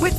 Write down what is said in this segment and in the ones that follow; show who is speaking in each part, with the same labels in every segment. Speaker 1: With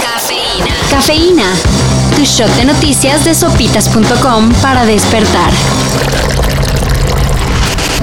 Speaker 2: Cafeína. Cafeína. Tu shot de noticias de sopitas.com para despertar.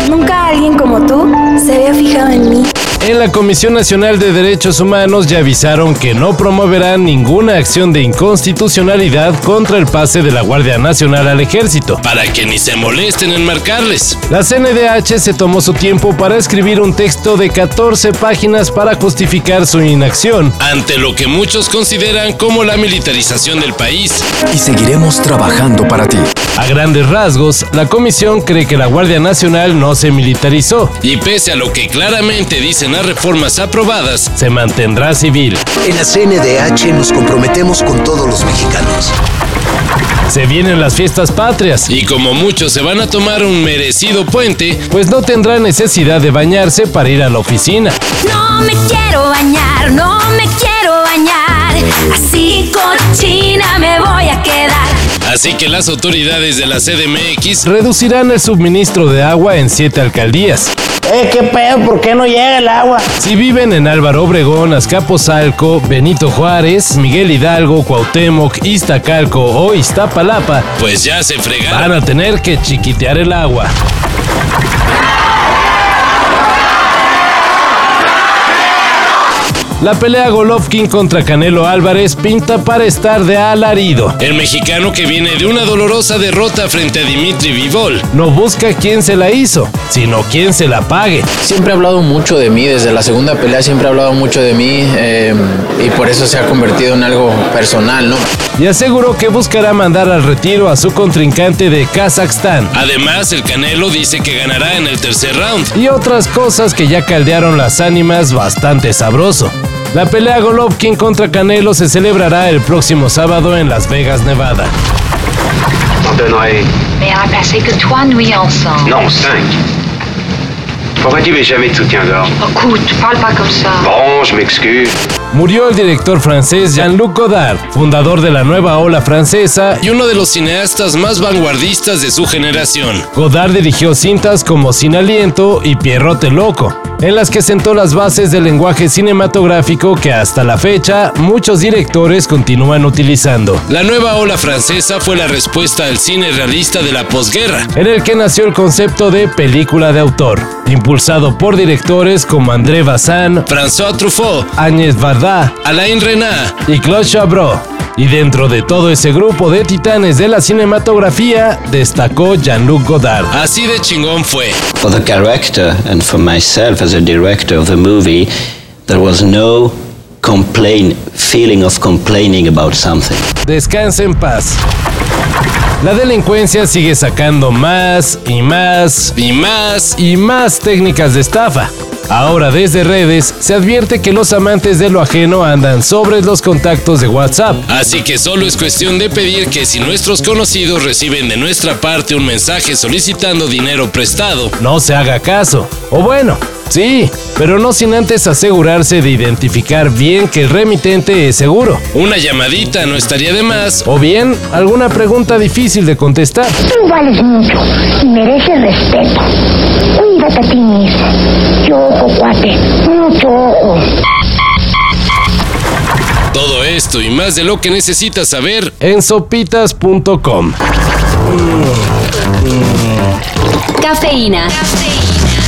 Speaker 3: Nunca alguien como tú se había fijado en mí.
Speaker 4: En la Comisión Nacional de Derechos Humanos ya avisaron que no promoverán ninguna acción de inconstitucionalidad contra el pase de la Guardia Nacional al Ejército, para que ni se molesten en marcarles. La CNDH se tomó su tiempo para escribir un texto de 14 páginas para justificar su inacción ante lo que muchos consideran como la militarización del país.
Speaker 5: y seguiremos trabajando para ti.
Speaker 4: A grandes rasgos, la comisión cree que la Guardia Nacional no se militarizó y pese a lo que claramente dicen las reformas aprobadas, se mantendrá civil.
Speaker 6: En la CNDH nos comprometemos con todos los mexicanos.
Speaker 4: Se vienen las fiestas patrias y como muchos se van a tomar un merecido puente, pues no tendrá necesidad de bañarse para ir a la oficina.
Speaker 2: No me quiero bañar, no me quiero bañar. Así cochina me voy a quedar.
Speaker 4: Así que las autoridades de la CDMX reducirán el suministro de agua en siete alcaldías.
Speaker 7: Eh, qué pedo, ¿por qué no llega el agua?
Speaker 4: Si viven en Álvaro Obregón, Azcapotzalco, Benito Juárez, Miguel Hidalgo, Cuauhtémoc, Iztacalco o Iztapalapa, pues ya se fregaron. Van a tener que chiquitear el agua. La pelea Golovkin contra Canelo Álvarez pinta para estar de alarido. El mexicano que viene de una dolorosa derrota frente a Dimitri Vivol no busca quién se la hizo, sino quién se la pague.
Speaker 8: Siempre ha hablado mucho de mí, desde la segunda pelea siempre ha hablado mucho de mí eh, y por eso se ha convertido en algo personal, ¿no?
Speaker 4: y aseguró que buscará mandar al retiro a su contrincante de Kazajstán. Además, el Canelo dice que ganará en el tercer round. Y otras cosas que ya caldearon las ánimas bastante sabroso. La pelea Golovkin contra Canelo se celebrará el próximo sábado en Las Vegas, Nevada.
Speaker 9: Entonces no hay...
Speaker 10: Mais on va passer que trois nuits ensemble.
Speaker 9: Non, cinq. Pourquoi tu mets jamais de soutien-gorge
Speaker 10: Écoute, parle pas comme ça.
Speaker 9: Bon, je m'excuse.
Speaker 4: Murió el director francés Jean-Luc Godard, fundador de la nueva ola francesa y uno de los cineastas más vanguardistas de su generación. Godard dirigió cintas como Sin Aliento y Pierrote Loco, en las que sentó las bases del lenguaje cinematográfico que hasta la fecha muchos directores continúan utilizando. La nueva ola francesa fue la respuesta al cine realista de la posguerra, en el que nació el concepto de película de autor, impulsado por directores como André Bazin, François Truffaut, Agnès Varda, Alain Rená y Claude Chabrol. Y dentro de todo ese grupo de titanes de la cinematografía, destacó Jean-Luc Godard. Así de chingón fue.
Speaker 11: For the character and for myself as a director of the movie, there was no complain, feeling of complaining about something.
Speaker 4: Descanse en paz. La delincuencia sigue sacando más y más y más y más técnicas de estafa. Ahora desde redes se advierte que los amantes de lo ajeno andan sobre los contactos de WhatsApp. Así que solo es cuestión de pedir que si nuestros conocidos reciben de nuestra parte un mensaje solicitando dinero prestado, no se haga caso. O bueno, sí, pero no sin antes asegurarse de identificar bien que el remitente es seguro. Una llamadita no estaría de más. O bien, alguna pregunta difícil de contestar.
Speaker 12: Tú vales mucho y mereces respeto. Cuídate a ti mismo. Choco, cuate. No choco.
Speaker 4: Todo esto y más de lo que necesitas saber en sopitas.com.
Speaker 2: Cafeína.